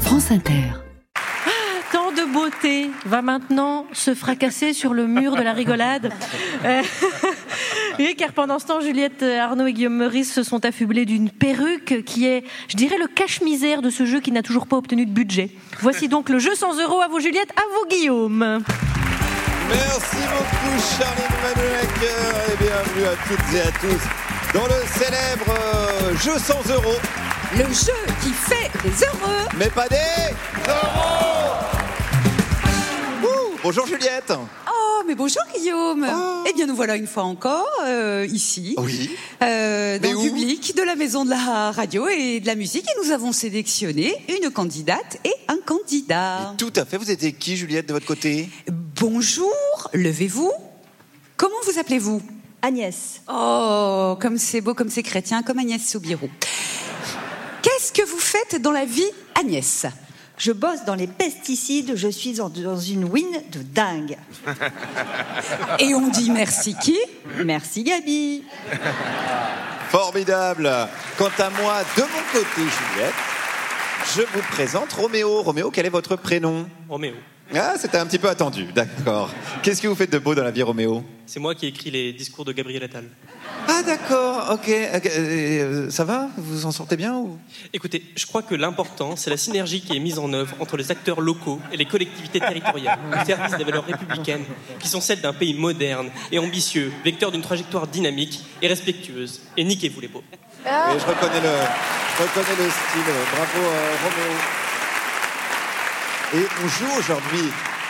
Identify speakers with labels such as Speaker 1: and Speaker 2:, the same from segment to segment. Speaker 1: France Inter.
Speaker 2: Tant de beauté va maintenant se fracasser sur le mur de la rigolade. Euh, oui, car pendant ce temps, Juliette Arnaud et Guillaume Meurice se sont affublés d'une perruque qui est, je dirais, le cache-misère de ce jeu qui n'a toujours pas obtenu de budget. Voici donc le jeu sans euros à vous, Juliette, à vous, Guillaume.
Speaker 3: Merci beaucoup Charline Manuecker et bienvenue à toutes et à tous dans le célèbre euh, jeu sans euros,
Speaker 4: Le jeu qui fait les heureux.
Speaker 3: mais pas des euros. Ouh, Bonjour Juliette.
Speaker 4: Oh, mais bonjour Guillaume.
Speaker 3: Oh.
Speaker 4: Eh bien, nous voilà une fois encore euh, ici,
Speaker 3: Oui.
Speaker 4: euh,
Speaker 3: Mais
Speaker 4: dans
Speaker 3: où
Speaker 4: le public de la maison de la radio et de la musique, et nous avons sélectionné une candidate et un candidat.
Speaker 3: Tout à fait. Vous étiez qui Juliette de votre côté
Speaker 4: Bonjour, levez-vous. Comment vous appelez-vous
Speaker 5: Agnès,
Speaker 4: Oh, comme c'est beau, comme c'est chrétien, comme Agnès Soubirous. Qu'est-ce que vous faites dans la vie, Agnès
Speaker 5: je bosse dans les pesticides, je suis en- dans une win de dingue.
Speaker 4: Et on dit merci qui
Speaker 5: Merci Gabi.
Speaker 3: Formidable. Quant à moi, de mon côté Juliette, je vous présente Roméo. Roméo, quel est votre prénom
Speaker 6: Roméo.
Speaker 3: Ah, c'était un petit peu attendu. D'accord. Qu'est-ce que vous faites de beau dans la vie Roméo
Speaker 6: C'est moi qui ai écrit les discours de Gabriel Attal.
Speaker 3: Ah d'accord, ok. ok, euh, ça va Vous vous en sortez bien ou
Speaker 6: Écoutez, je crois que l'important, c'est la synergie qui est mise en œuvre entre les acteurs locaux et les collectivités territoriales, au service des valeurs républicaines, qui sont celles d'un pays moderne et ambitieux, vecteur d'une trajectoire dynamique et respectueuse. Et niquez-vous les beaux.
Speaker 3: Oui, je reconnais le, je reconnais le style. Bravo euh, Roméo. Et on joue aujourd'hui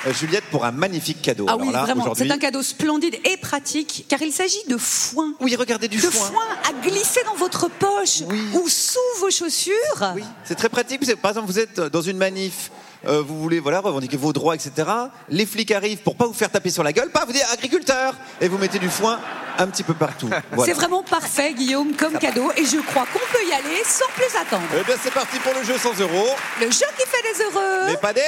Speaker 3: euh, Juliette pour un magnifique cadeau.
Speaker 4: Ah
Speaker 3: Alors
Speaker 4: oui,
Speaker 3: là,
Speaker 4: vraiment,
Speaker 3: aujourd'hui-
Speaker 4: c'est un cadeau splendide et pratique, car il s'agit de foin.
Speaker 3: Oui, regardez du
Speaker 4: de
Speaker 3: foin.
Speaker 4: foin. à glisser dans votre poche
Speaker 3: Oui.
Speaker 4: ou sous vos chaussures.
Speaker 3: Oui, c'est très pratique. Vous savez, Par exemple, vous êtes dans une manif. euh, vous voulez voilà revendiquer vos droits etc. Les flics arrivent pour pas vous faire taper sur la gueule, pas vous dire agriculteur et vous mettez du foin un petit peu partout. Voilà.
Speaker 4: C'est vraiment parfait, Guillaume, comme cadeau, et je crois qu'on peut y aller sans plus attendre.
Speaker 3: Eh bien c'est parti pour le jeu 100 euros.
Speaker 4: Le jeu qui fait les heureux.
Speaker 3: Mais pas des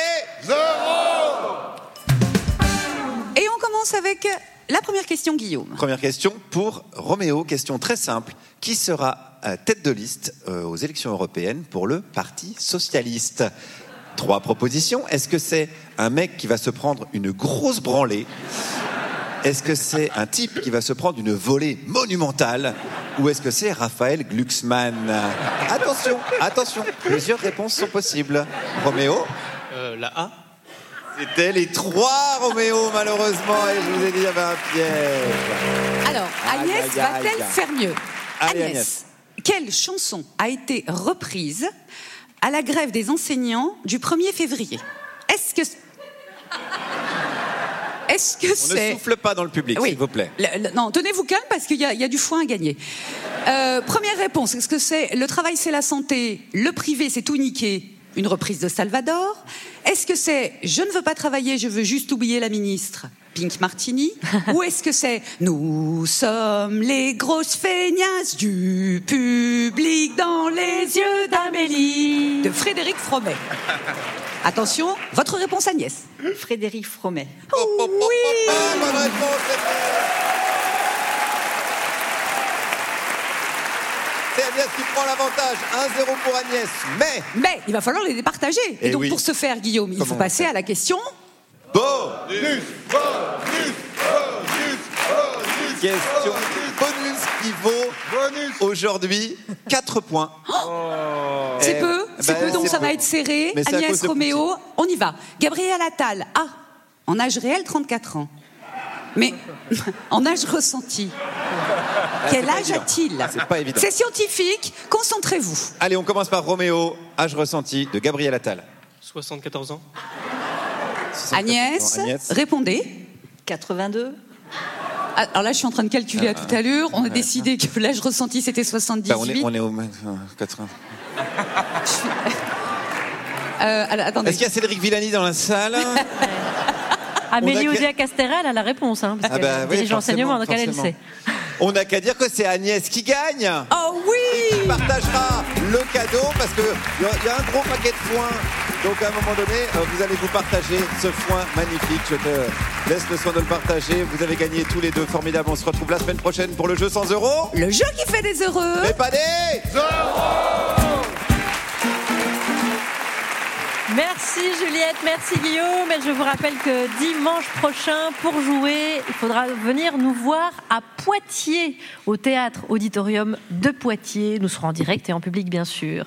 Speaker 4: Et on commence avec la première question, Guillaume.
Speaker 3: Première question pour Roméo, question très simple. Qui sera euh, tête de liste euh, aux élections européennes pour le Parti socialiste Trois propositions. Est-ce que c'est un mec qui va se prendre une grosse branlée Est-ce que c'est un type qui va se prendre une volée monumentale Ou est-ce que c'est Raphaël Glucksmann Attention, attention, plusieurs réponses sont possibles. Roméo
Speaker 6: Euh, la A
Speaker 3: C'était les trois, Roméo, malheureusement, et je vous ai dit, il y avait un piège.
Speaker 4: Alors,
Speaker 3: Aïe,
Speaker 4: Agnès
Speaker 3: aïe, aïe.
Speaker 4: va-t-elle faire mieux
Speaker 3: Allez, Agnès.
Speaker 4: quelle chanson a été reprise à la grève des enseignants du 1er février Est-ce que... Est-ce que
Speaker 3: On ne
Speaker 4: c'est...
Speaker 3: souffle pas dans le public,
Speaker 4: Oui.
Speaker 3: s'il vous plaît.
Speaker 4: Le- le- non, tenez-vous calme parce qu'il y, a- il y a du foin à gagner. Euh, première réponse, est-ce que c'est le travail c'est la santé, le privé c'est tout niqué, une reprise de Salvador Est-ce que c'est je ne veux pas travailler, je veux juste oublier la ministre Pink Martini Ou est-ce que c'est Nous sommes les grosses feignasses du public dans les yeux d'Amélie de Frédéric Fromet Attention, votre réponse Agnès.
Speaker 5: Frédéric Fromet.
Speaker 4: Oui
Speaker 3: C'est Agnès qui prend l'avantage. 1-0 pour Agnès. Mais
Speaker 4: Mais il va falloir les départager. Et,
Speaker 3: Eh
Speaker 4: donc
Speaker 3: oui.
Speaker 4: pour ce faire, Guillaume, il
Speaker 3: Comment
Speaker 4: faut
Speaker 3: on
Speaker 4: passer à la question.
Speaker 3: bonus, Question bonus qui vaut aujourd'hui 4 points.
Speaker 4: C'est
Speaker 3: Eh,
Speaker 4: peu, c'est
Speaker 3: bah,
Speaker 4: peu, donc
Speaker 3: c'est
Speaker 4: ça
Speaker 3: peu.
Speaker 4: va être serré.
Speaker 3: Mais c'est à cause
Speaker 4: Agnès
Speaker 3: de
Speaker 4: Roméo, on y va. Gabriel Attal, ah, en âge réel, 34 ans. Mais en âge ressenti. Quel
Speaker 3: Ah, pas
Speaker 4: âge
Speaker 3: évident. Ah,
Speaker 4: a-t-il
Speaker 3: C'est pas évident.
Speaker 4: C'est scientifique, concentrez-vous.
Speaker 3: Allez, on commence par Roméo, âge ressenti de Gabriel Attal.
Speaker 6: 74 ans
Speaker 4: Agnès,
Speaker 3: Agnès.
Speaker 4: répondez.
Speaker 5: 82.
Speaker 4: Ah, Alors là, je suis en train de calculer
Speaker 3: Ah.
Speaker 4: à tout à l'heure. On a décidé que l'âge ressenti, c'était 78.
Speaker 3: Bah, on, est, on est au 80.
Speaker 4: Euh, alors, attendez.
Speaker 3: Est-ce qu'il y a Cédric Villani dans la salle
Speaker 2: Amélie
Speaker 3: On a-
Speaker 2: Odia Castéra, elle a la réponse, hein, parce
Speaker 3: Ah
Speaker 2: qu'elle
Speaker 3: bah
Speaker 2: est
Speaker 3: oui,
Speaker 2: dirige enseignement,
Speaker 3: forcément,
Speaker 2: donc elle, elle
Speaker 3: forcément.
Speaker 2: sait.
Speaker 3: On n'a qu'à dire que c'est Agnès qui gagne
Speaker 4: Oh oui
Speaker 3: partagera le cadeau parce que il y a- il y, a un gros paquet de foin. Donc à un moment donné, euh, vous allez vous partager ce foin magnifique. Je te laisse le soin de le partager. Vous avez gagné tous les deux. Formidable. On se retrouve la semaine prochaine pour le jeu 100 euros.
Speaker 4: Le jeu qui fait des heureux.
Speaker 3: Mais pas des
Speaker 2: Merci Juliette, merci Guillaume. Et je vous rappelle que dimanche prochain, pour jouer, il faudra venir nous voir à Poitiers, au théâtre Auditorium de Poitiers. Nous serons en direct et en public, bien sûr.